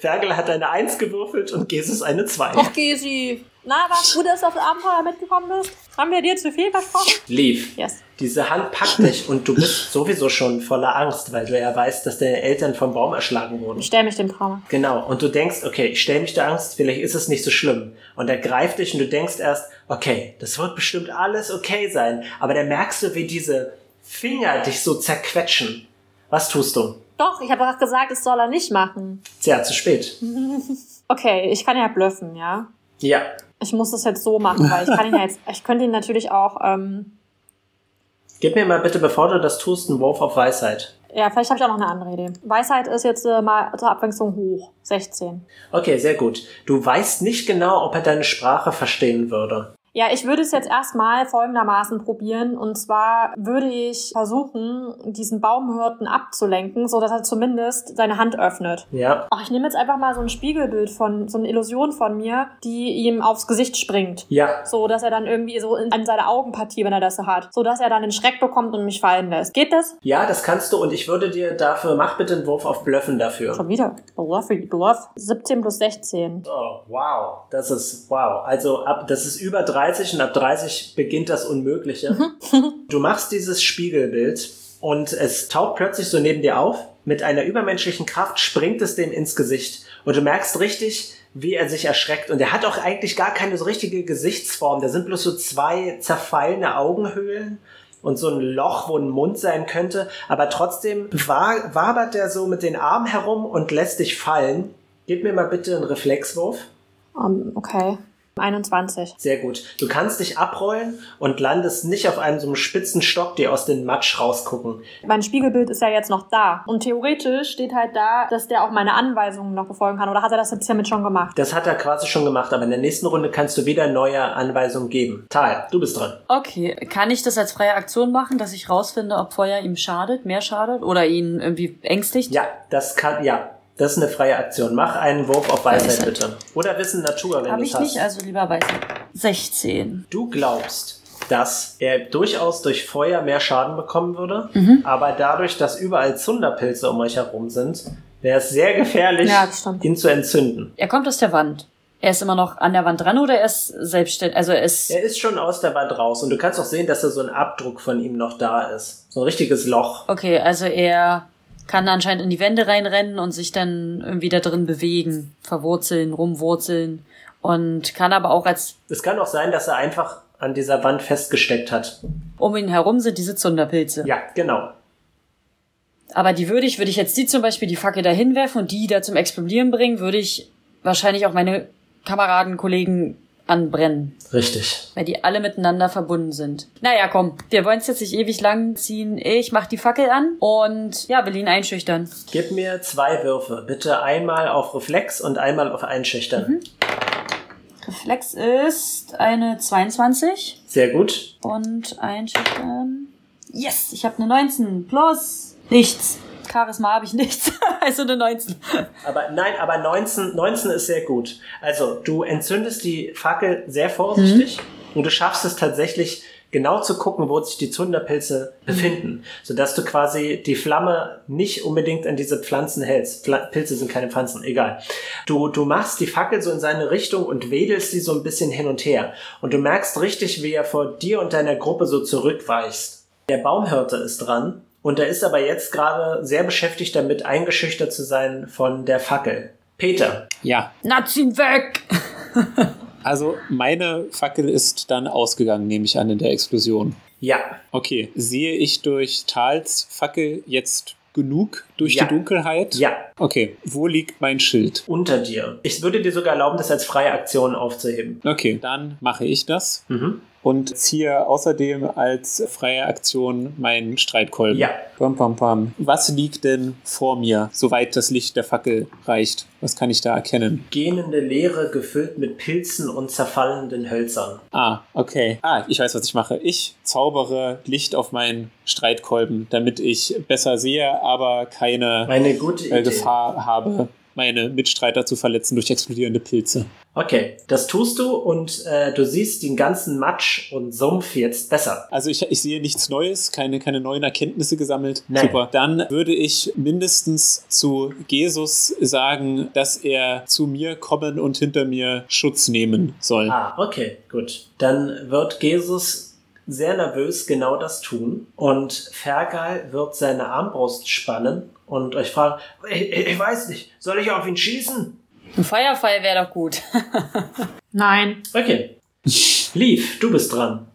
S2: Fergal hat eine Eins gewürfelt und Jesus eine Zwei.
S6: Oh. Gesi. Na, war gut, dass du auf das Abenteuer mitgekommen bist. Haben wir dir zu viel versprochen?
S2: Lief.
S6: Yes.
S2: Diese Hand packt dich und du bist sowieso schon voller Angst, weil du ja weißt, dass deine Eltern vom Baum erschlagen wurden.
S6: Stell mich dem Trauma.
S2: Genau, und du denkst, okay, ich stelle mich der Angst, vielleicht ist es nicht so schlimm. Und er greift dich und du denkst erst, okay, das wird bestimmt alles okay sein. Aber dann merkst du, wie diese Finger dich so zerquetschen. Was tust du?
S6: Doch, ich habe doch gesagt, das soll er nicht machen.
S2: Tja, zu spät.
S6: Okay, ich kann ja blöffen, ja.
S2: Ja,
S6: Ich muss das jetzt so machen, weil ich kann ihn ja jetzt, ich könnte ihn natürlich auch, ähm,
S2: gib mir mal bitte, bevor du das tust, einen Wurf auf Weisheit.
S6: ja, vielleicht habe ich auch noch eine andere Idee. Weisheit ist jetzt äh, mal zur Abwechslung hoch. 16.
S2: Okay, sehr gut. Du weißt nicht genau, ob er deine Sprache verstehen würde.
S6: Ja, ich würde es jetzt erstmal folgendermaßen probieren. Und zwar würde ich versuchen, diesen Baumhirten abzulenken, so dass er zumindest seine Hand öffnet.
S2: Ja,
S6: Ach, ich nehme jetzt einfach mal so ein Spiegelbild von, so eine Illusion von mir, die ihm aufs Gesicht springt.
S2: ja,
S6: So, dass er dann irgendwie so in, an seine Augenpartie, wenn er das so hat, so dass er dann den Schreck bekommt und mich fallen lässt. Geht das?
S2: ja, das kannst du und ich würde dir dafür, mach bitte einen Wurf auf Blöffen dafür.
S6: Schon wieder. Bluff, bluff. 17 plus 16.
S2: Oh, wow. Das ist wow. Also ab das ist über 30 und ab 30 beginnt das Unmögliche. du machst dieses Spiegelbild und es taucht plötzlich so neben dir auf. Mit einer übermenschlichen Kraft springt es dem ins Gesicht und du merkst richtig, wie er sich erschreckt. Und er hat auch eigentlich gar keine so richtige Gesichtsform. Da sind bloß so zwei zerfallene Augenhöhlen und so ein Loch, wo ein Mund sein könnte. Aber trotzdem wa- wabert er so mit den Armen herum und lässt dich fallen. Gib mir mal bitte einen Reflexwurf.
S6: Ähm, okay. 21.
S2: Sehr gut. Du kannst dich abrollen und landest nicht auf einem so einem spitzen Stock, die aus dem Matsch rausgucken.
S6: Mein Spiegelbild ist ja jetzt noch da. Und theoretisch steht halt da, dass der auch meine Anweisungen noch befolgen kann. Oder hat er das jetzt hiermit schon gemacht?
S2: Das hat er quasi schon gemacht, aber in der nächsten Runde kannst du wieder neue Anweisungen geben. Tal, du bist dran.
S5: Okay, kann ich das als freie Aktion machen, dass ich rausfinde, ob Feuer ihm schadet, mehr schadet oder ihn irgendwie ängstigt?
S2: Ja, das kann, ja. Das ist eine freie Aktion. Mach einen Wurf auf Weisheit
S5: Weisheit.
S2: bitte. Oder Wissen Natur, wenn
S5: Habe
S2: du
S5: ich
S2: es hast.
S5: nicht, also lieber weiß. 16.
S2: Du glaubst, dass er durchaus durch Feuer mehr Schaden bekommen würde, aber dadurch, dass überall Zunderpilze um euch herum sind, wäre es sehr gefährlich,
S6: Ja, das stimmt.
S2: ihn zu entzünden.
S5: Er kommt aus der Wand. Er ist immer noch an der Wand dran oder er ist selbstständig? Also er ist.
S2: Er ist schon aus der Wand raus und du kannst auch sehen, dass da so ein Abdruck von ihm noch da ist. So ein richtiges Loch.
S5: Okay, also er kann anscheinend in die Wände reinrennen und sich dann irgendwie da drin bewegen, verwurzeln, rumwurzeln und kann aber auch als
S2: Es kann auch sein, dass er einfach an dieser Wand festgesteckt hat.
S5: um ihn herum sind diese Zunderpilze.
S2: Ja, genau.
S5: Aber die würde ich, würde ich jetzt die zum Beispiel die Fackel da hinwerfen und die da zum Explodieren bringen, würde ich wahrscheinlich auch meine Kameraden, Kollegen anbrennen,
S2: Richtig.
S5: weil die alle miteinander verbunden sind. Naja, komm, wir wollen es jetzt nicht ewig lang ziehen. Ich mach die Fackel an und ja, will ihn einschüchtern.
S2: Gib mir zwei Würfe. Bitte einmal auf Reflex und einmal auf Einschüchtern.
S5: Reflex ist eine 22
S2: Sehr gut.
S5: und einschüchtern. Yes, ich habe eine 19 plus nichts. Charisma habe ich nichts, also eine 19.
S2: Aber nein, aber 19, 19 ist sehr gut. Also, du entzündest die Fackel sehr vorsichtig und du schaffst es tatsächlich genau zu gucken, wo sich die Zunderpilze befinden, sodass du quasi die Flamme nicht unbedingt an diese Pflanzen hältst. Pfla Pilze sind keine Pflanzen, egal. Du, du machst die Fackel so in seine Richtung und wedelst sie so ein bisschen hin und her und du merkst richtig, wie er vor dir und deiner Gruppe so zurückweicht. Der Baumhirte ist dran und er ist aber jetzt gerade sehr beschäftigt damit, eingeschüchtert zu sein von der Fackel. Peter,
S3: Ja,
S5: Natz ihn weg!
S3: also meine Fackel ist dann ausgegangen, nehme ich an, in der Explosion.
S2: ja,
S3: Okay, sehe ich durch Tals Fackel jetzt genug durch
S2: Ja.
S3: die Dunkelheit?
S2: ja,
S3: Okay, wo liegt mein Schild?
S2: unter dir. Ich würde dir sogar erlauben, das als freie Aktion aufzuheben.
S3: Okay, dann mache ich das
S2: Mhm.
S3: und ziehe außerdem als freie Aktion meinen Streitkolben.
S2: Ja.
S3: Pam, pam, pam. Was liegt denn vor mir, soweit das Licht der Fackel reicht? Was kann ich da erkennen?
S2: Gähnende Leere gefüllt mit Pilzen und zerfallenden Hölzern.
S3: Ah, okay. Ah, ich weiß, was ich mache. Ich zaubere Licht auf meinen Streitkolben, damit ich besser sehe, aber keine
S2: Eine gute Idee.
S3: äh, Gefahr habe, meine Mitstreiter zu verletzen durch explodierende Pilze.
S2: Okay, das tust du und äh, du siehst den ganzen Matsch und Sumpf jetzt besser.
S3: Also ich, ich sehe nichts Neues, keine, keine neuen Erkenntnisse gesammelt.
S2: Nein.
S3: Super. Dann würde ich mindestens zu Jesus sagen, dass er zu mir kommen und hinter mir Schutz nehmen soll.
S2: Ah, okay, gut. Dann wird Jesus sehr nervös genau das tun und Fergal wird seine Armbrust spannen und euch fragen, ich, ich ich weiß nicht, soll ich auf ihn schießen?
S5: Ein Firefall wäre doch gut.
S6: Nein.
S2: Okay. Lief, du bist dran.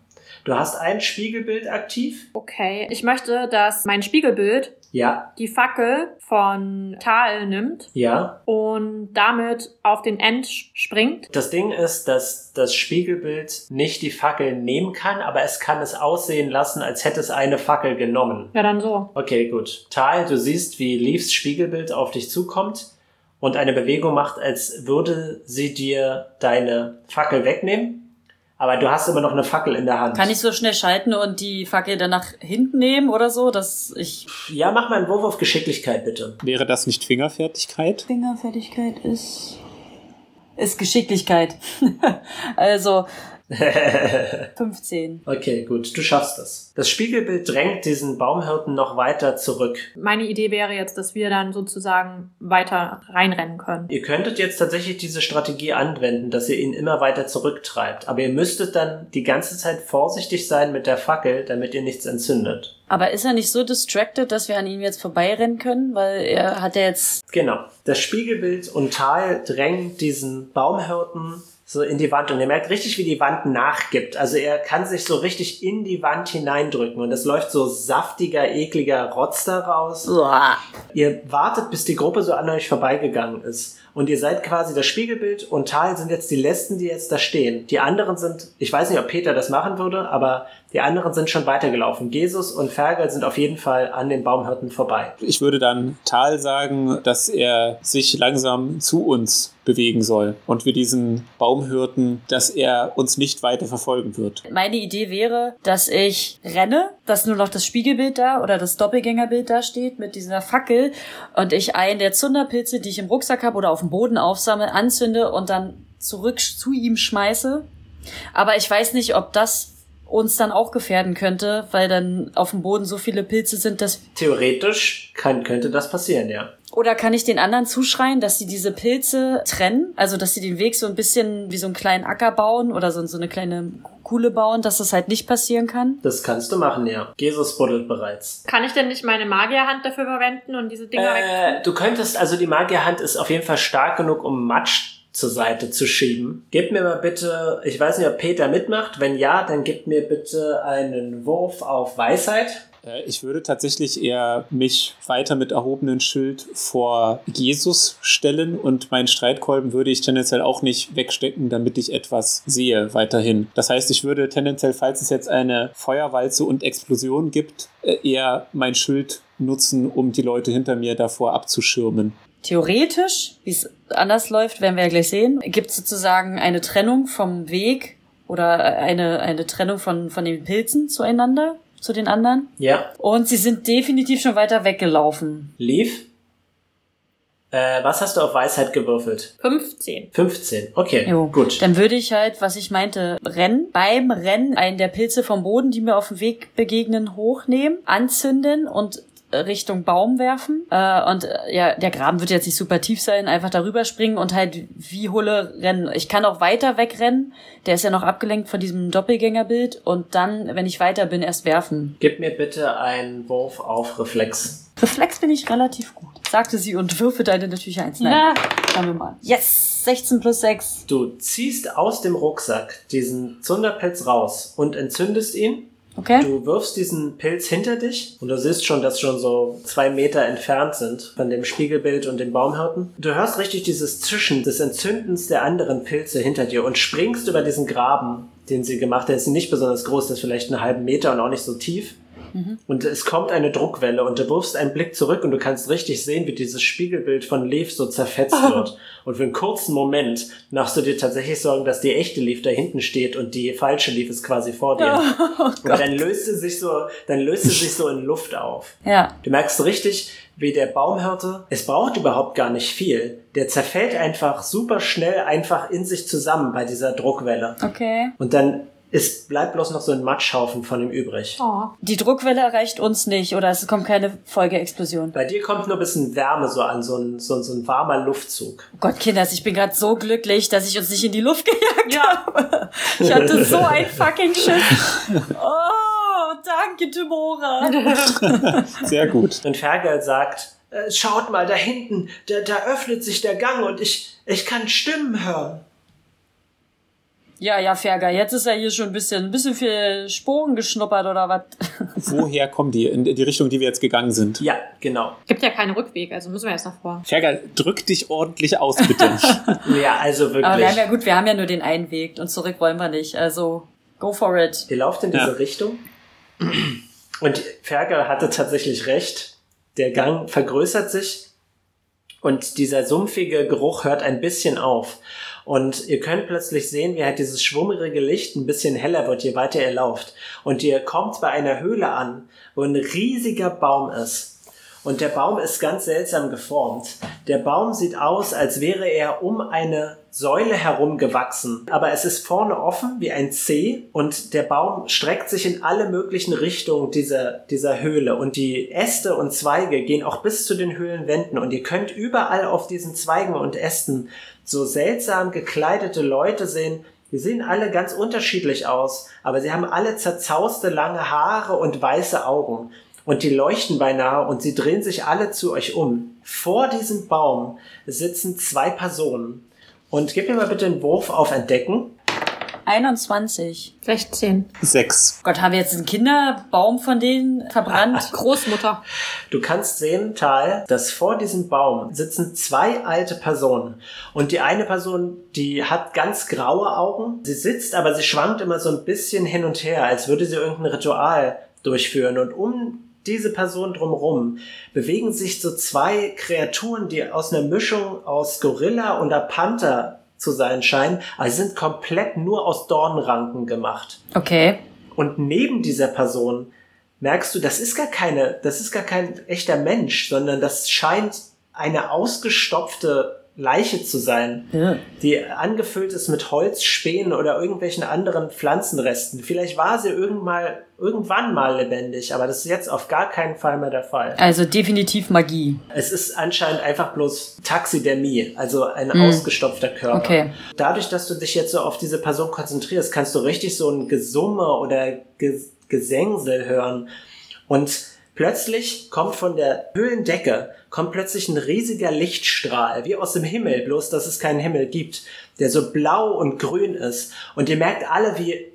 S2: Du hast ein Spiegelbild aktiv?
S6: Okay, ich möchte, dass mein Spiegelbild
S2: Ja,
S6: die Fackel von Tal nimmt
S2: ja.
S6: und damit auf den End springt.
S2: Das Ding ist, dass das Spiegelbild nicht die Fackel nehmen kann, aber es kann es aussehen lassen, als hätte es eine Fackel genommen.
S6: Ja, dann so.
S2: Okay, gut. Tal, du siehst, wie Leafs Spiegelbild auf dich zukommt und eine Bewegung macht, als würde sie dir deine Fackel wegnehmen. Aber du hast immer noch eine Fackel in der Hand.
S5: Kann ich so schnell schalten und die Fackel dann nach hinten nehmen oder so, dass ich.
S2: Ja, mach mal einen Wurf auf Geschicklichkeit, bitte.
S3: Wäre das nicht Fingerfertigkeit?
S5: Fingerfertigkeit ist. Ist Geschicklichkeit. also 15.
S2: Okay, gut. Du schaffst das. Das Spiegelbild drängt diesen Baumhirten noch weiter zurück.
S6: Meine Idee wäre jetzt, dass wir dann sozusagen weiter reinrennen können.
S2: Ihr könntet jetzt tatsächlich diese Strategie anwenden, dass ihr ihn immer weiter zurücktreibt, aber ihr müsstet dann die ganze Zeit vorsichtig sein mit der Fackel, damit ihr nichts entzündet.
S5: Aber ist er nicht so distracted, dass wir an ihm jetzt vorbeirennen können? Weil er hat ja jetzt.
S2: Genau. Das Spiegelbild und Tal drängen diesen Baumhirten so in die Wand und ihr merkt richtig, wie die Wand nachgibt. Also er kann sich so richtig in die Wand hineindrücken und es läuft so saftiger, ekliger Rotz da raus.
S5: Uah.
S2: Ihr wartet, bis die Gruppe so an euch vorbeigegangen ist. Und ihr seid quasi das Spiegelbild und Tal sind jetzt die Letzten, die jetzt da stehen. Die anderen sind, ich weiß nicht, ob Peter das machen würde, aber die anderen sind schon weitergelaufen. Jesus und Fergal sind auf jeden Fall an den Baumhirten vorbei.
S3: Ich würde dann Tal sagen, dass er sich langsam zu uns bewegen soll und wir diesen Baum hörten, dass er uns nicht weiter verfolgen wird.
S5: Meine Idee wäre, dass ich renne, dass nur noch das Spiegelbild da oder das Doppelgängerbild da steht mit dieser Fackel und ich einen der Zunderpilze, die ich im Rucksack habe oder auf dem Boden aufsammle, anzünde und dann zurück sch- zu ihm schmeiße. Aber ich weiß nicht, ob das uns dann auch gefährden könnte, weil dann auf dem Boden so viele Pilze sind, dass.
S2: Theoretisch kann, könnte das passieren, ja.
S5: Oder kann ich den anderen zuschreien, dass sie diese Pilze trennen? Also, dass sie den Weg so ein bisschen wie so einen kleinen Acker bauen oder so, so eine kleine Kuhle bauen, dass das halt nicht passieren kann?
S2: Das kannst du machen, ja. Jesus buddelt bereits.
S6: Kann ich denn nicht meine Magierhand dafür verwenden und diese Dinger weg?
S2: Äh, du könntest, also die Magierhand ist auf jeden Fall stark genug, um Matsch zur Seite zu schieben. Gib mir mal bitte, ich weiß nicht, ob Peter mitmacht. Wenn ja, dann gib mir bitte einen Wurf auf Weisheit.
S3: Äh, Ich würde tatsächlich eher mich weiter mit erhobenem Schild vor Jesus stellen und meinen Streitkolben würde ich tendenziell auch nicht wegstecken, damit ich etwas sehe weiterhin. Das heißt, ich würde tendenziell, falls es jetzt eine Feuerwalze und Explosion gibt, äh, eher mein Schild nutzen, um die Leute hinter mir davor abzuschirmen.
S5: Theoretisch, wie es anders läuft, werden wir ja gleich sehen, gibt es sozusagen eine Trennung vom Weg oder eine, eine Trennung von, von den Pilzen zueinander, zu den anderen.
S2: Ja,
S5: Und sie sind definitiv schon weiter weggelaufen.
S2: lief. Äh, was hast du auf Weisheit gewürfelt?
S6: 15.
S2: 15. Okay,
S5: Jo.
S2: gut.
S5: Dann würde ich halt, was ich meinte, rennen. Beim Rennen einen der Pilze vom Boden, die mir auf dem Weg begegnen, hochnehmen, anzünden und äh, Richtung Baum werfen. Äh, und äh, ja, der Graben wird jetzt nicht super tief sein, einfach darüber springen und halt wie Hulle rennen. Ich kann auch weiter wegrennen. Der ist ja noch abgelenkt von diesem Doppelgängerbild. Und dann, wenn ich weiter bin, erst werfen.
S2: Gib mir bitte einen Wurf auf Reflex.
S5: Reflex bin ich relativ gut, sagte sie und würfe deine natürliche Eins. Nein,
S6: Ja.
S5: schauen wir mal. Yes! 16 plus 6.
S2: Du ziehst aus dem Rucksack diesen Zunderpilz raus und entzündest ihn.
S5: Okay.
S2: Du wirfst diesen Pilz hinter dich und du siehst schon, dass schon so zwei Meter entfernt sind von dem Spiegelbild und dem Baumhirten. Du hörst richtig dieses Zischen des Entzündens der anderen Pilze hinter dir und springst über diesen Graben, den sie gemacht hat. Der ist nicht besonders groß, der ist vielleicht einen halben Meter und auch nicht so tief. Und es kommt eine Druckwelle und du wirfst einen Blick zurück und du kannst richtig sehen, wie dieses Spiegelbild von Leaf so zerfetzt wird. Und für einen kurzen Moment machst du dir tatsächlich Sorgen, dass die echte Leaf da hinten steht und die falsche Leaf ist quasi vor dir. und dann löst sie sich so, dann löst sie sich so in Luft auf.
S5: Ja.
S2: Du merkst richtig, wie der Baumhirte, es braucht überhaupt gar nicht viel. Der zerfällt einfach super schnell einfach in sich zusammen bei dieser Druckwelle.
S5: Okay.
S2: Und dann ist, bleibt bloß noch so ein Matschhaufen von ihm übrig.
S6: Oh.
S5: Die Druckwelle erreicht uns nicht oder es kommt keine Folgeexplosion.
S2: Bei dir kommt nur ein bisschen Wärme so an, so ein, so ein, so ein warmer Luftzug.
S5: Oh Gott, Kinders, ich bin gerade so glücklich, dass ich uns nicht in die Luft gejagt habe. Ich hatte so ein fucking Schiss. Oh, danke, Timora.
S3: Sehr gut.
S2: Und Fergal sagt, äh, schaut mal da hinten, da, da öffnet sich der Gang und ich, ich kann Stimmen hören.
S5: Ja, ja, Ferger, jetzt ist er hier schon ein bisschen, ein bisschen viel Sporen geschnuppert oder was.
S3: Woher kommen die? In die Richtung, die wir jetzt gegangen sind.
S2: Ja, genau.
S6: Gibt ja keinen Rückweg, also müssen wir jetzt nach vor.
S3: Fergal, drück dich ordentlich aus, bitte.
S2: Ja, also wirklich.
S5: Aber wir haben ja gut, wir haben ja nur den einen Weg und zurück wollen wir nicht. Also, go for it.
S2: Ihr lauft in diese
S3: Ja.
S2: Richtung. Und Fergal hatte tatsächlich recht. Der Gang vergrößert sich und dieser sumpfige Geruch hört ein bisschen auf. Und ihr könnt plötzlich sehen, wie halt dieses schwummerige Licht ein bisschen heller wird, je weiter ihr lauft. Und ihr kommt bei einer Höhle an, wo ein riesiger Baum ist. Und der Baum ist ganz seltsam geformt. Der Baum sieht aus, als wäre er um eine Säule herum gewachsen. Aber es ist vorne offen wie ein C und der Baum streckt sich in alle möglichen Richtungen dieser, dieser Höhle. Und die Äste und Zweige gehen auch bis zu den Höhlenwänden. Und ihr könnt überall auf diesen Zweigen und Ästen so seltsam gekleidete Leute sehen, die sehen alle ganz unterschiedlich aus, aber sie haben alle zerzauste lange Haare und weiße Augen. Und die leuchten beinahe und sie drehen sich alle zu euch um. Vor diesem Baum sitzen zwei Personen. Und gib mir mal bitte einen Wurf auf Entdecken.
S5: 21.
S6: 16.
S3: Sechs.
S5: Gott, haben wir jetzt einen Kinderbaum von denen verbrannt?
S6: Großmutter.
S2: Du kannst sehen, Tal, dass vor diesem Baum sitzen zwei alte Personen. Und die eine Person, die hat ganz graue Augen. Sie sitzt, aber sie schwankt immer so ein bisschen hin und her, als würde sie irgendein Ritual durchführen. Und um diese Person drumherum bewegen sich so zwei Kreaturen, die aus einer Mischung aus Gorilla und einer Panther zu sein scheinen. Aber sie sind komplett nur aus Dornranken gemacht.
S5: Okay.
S2: Und neben dieser Person merkst du, das ist gar keine, das ist gar kein echter Mensch, sondern das scheint eine ausgestopfte Leiche zu sein,
S5: Ja.
S2: die angefüllt ist mit Holz, Spänen oder irgendwelchen anderen Pflanzenresten. Vielleicht war sie irgendwann mal, irgendwann mal lebendig, aber das ist jetzt auf gar keinen Fall mehr der Fall.
S5: Also definitiv Magie.
S2: Es ist anscheinend einfach bloß Taxidermie, also ein
S5: Mhm.
S2: ausgestopfter Körper.
S5: Okay.
S2: Dadurch, dass du dich jetzt so auf diese Person konzentrierst, kannst du richtig so ein Gesumme oder Ge Gesängsel hören. Und plötzlich kommt von der Höhlendecke, kommt plötzlich ein riesiger Lichtstrahl, wie aus dem Himmel, bloß dass es keinen Himmel gibt, der so blau und grün ist. Und ihr merkt alle, wie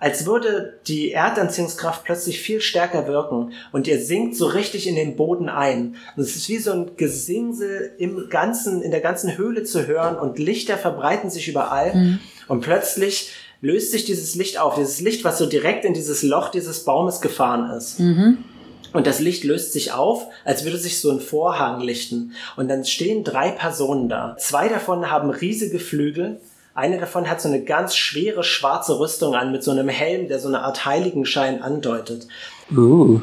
S2: als würde die Erdanziehungskraft plötzlich viel stärker wirken und ihr sinkt so richtig in den Boden ein. Und es ist wie so ein Gesingsel im ganzen, in der ganzen Höhle zu hören und Lichter verbreiten sich überall und plötzlich löst sich dieses Licht auf, dieses Licht, was so direkt in dieses Loch dieses Baumes gefahren ist. Und das Licht löst sich auf, als würde sich so ein Vorhang lichten. Und dann stehen drei Personen da. Zwei davon haben riesige Flügel. Eine davon hat so eine ganz schwere schwarze Rüstung an mit so einem Helm, der so eine Art Heiligenschein andeutet.
S3: Uh.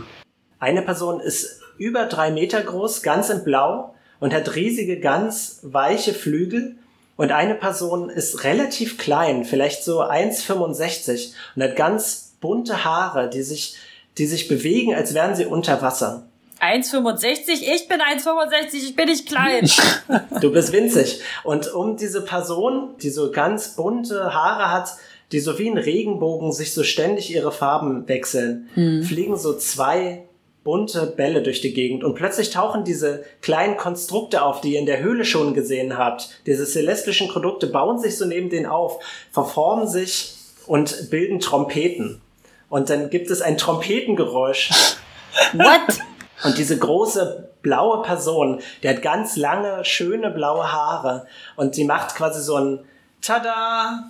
S2: Eine Person ist über drei Meter groß, ganz in Blau und hat riesige, ganz weiche Flügel. Und eine Person ist relativ klein, vielleicht so 1,65 und hat ganz bunte Haare, die sich, die sich bewegen, als wären sie unter Wasser.
S5: 1,65? Ich bin 1,65, ich bin nicht klein.
S2: Du bist winzig. Und um diese Person, die so ganz bunte Haare hat, die so wie ein Regenbogen sich so ständig ihre Farben wechseln, fliegen so zwei bunte Bälle durch die Gegend und plötzlich tauchen diese kleinen Konstrukte auf, die ihr in der Höhle schon gesehen habt. Diese celestischen Produkte bauen sich so neben denen auf, verformen sich und bilden Trompeten. Und dann gibt es ein Trompetengeräusch
S5: What?
S2: und diese große blaue Person, die hat ganz lange, schöne blaue Haare und die macht quasi so ein Tada.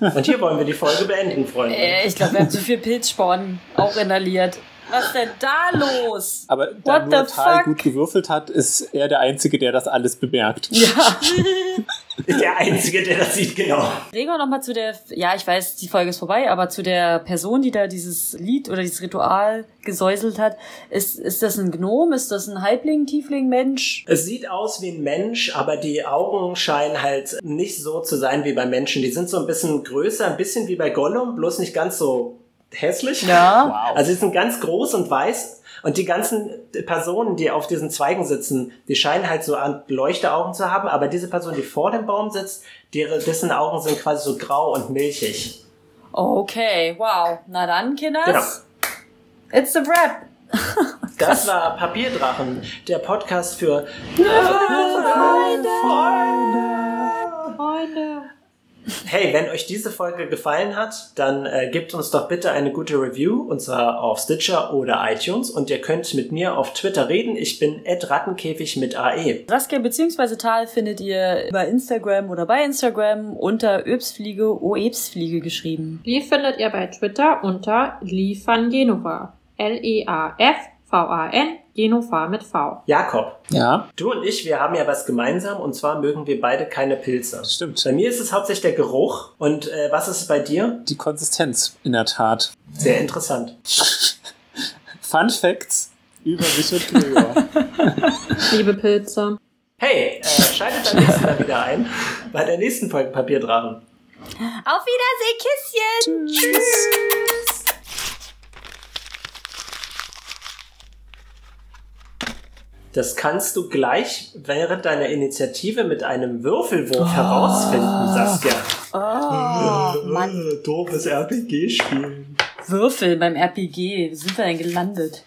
S2: Und hier wollen wir die Folge beenden, Freunde.
S5: Äh, Ich glaube, wir haben zu viel Pilzsporn auch inhaliert. Was denn da los?
S3: Aber da
S5: What
S3: nur
S5: the
S3: Tal
S5: fuck?
S3: gut gewürfelt hat, ist er der Einzige, der das alles bemerkt.
S5: Ja.
S2: Der Einzige, der das sieht, genau.
S5: Gregor nochmal zu der, ja, ich weiß, die Folge ist vorbei, aber zu der Person, die da dieses Lied oder dieses Ritual gesäuselt hat. Ist, ist das ein Gnom? Ist das ein Halbling, Tiefling, Mensch?
S2: Es sieht aus wie ein Mensch, aber die Augen scheinen halt nicht so zu sein wie bei Menschen. Die sind so ein bisschen größer, ein bisschen wie bei Gollum, bloß nicht ganz so hässlich.
S5: Ja.
S3: Wow.
S2: Also sie sind ganz groß und weiß. Und die ganzen Personen, die auf diesen Zweigen sitzen, die scheinen halt so an Leuchteaugen zu haben, aber diese Person, die vor dem Baum sitzt, deren, dessen Augen sind quasi so grau und milchig.
S5: Okay, wow. Na dann, Kinders. It's a wrap.
S2: Genau. Das war Papierdrachen, der Podcast für
S6: Freunde.
S2: Hey, wenn euch diese Folge gefallen hat, dann äh, gebt uns doch bitte eine gute Review, und zwar auf Stitcher oder iTunes. Und ihr könnt mit mir auf Twitter reden. Ich bin rattenkäfig mit E. AE.
S5: Saskia bzw. Tal findet ihr über Instagram oder bei Instagram unter Öbsfliege, Oebsfliege geschrieben.
S6: Lee findet ihr bei Twitter unter Lee van Genova. E L-E-A-F-V-A-N, Genova mit V.
S2: Jakob,
S3: Ja,
S2: du und ich, wir haben ja was gemeinsam, und zwar mögen wir beide keine Pilze.
S3: stimmt.
S2: Bei mir ist es hauptsächlich der Geruch. Und äh, was ist es bei dir?
S3: Die Konsistenz, in der Tat.
S2: Sehr interessant.
S3: Fun Facts über mich und Gregor.
S6: Liebe Pilze.
S2: Hey, äh, schaltet am nächsten Mal wieder ein bei der nächsten Folge Papierdrachen.
S4: Auf Wiedersehen, Küsschen!
S3: Tschüss.
S2: Das kannst du gleich während deiner Initiative mit einem Würfelwurf herausfinden, Saskia.
S5: Oh, Mann.
S2: Äh, Doofes RPG-Spiel.
S5: Würfel beim RPG. Wo sind wir denn gelandet?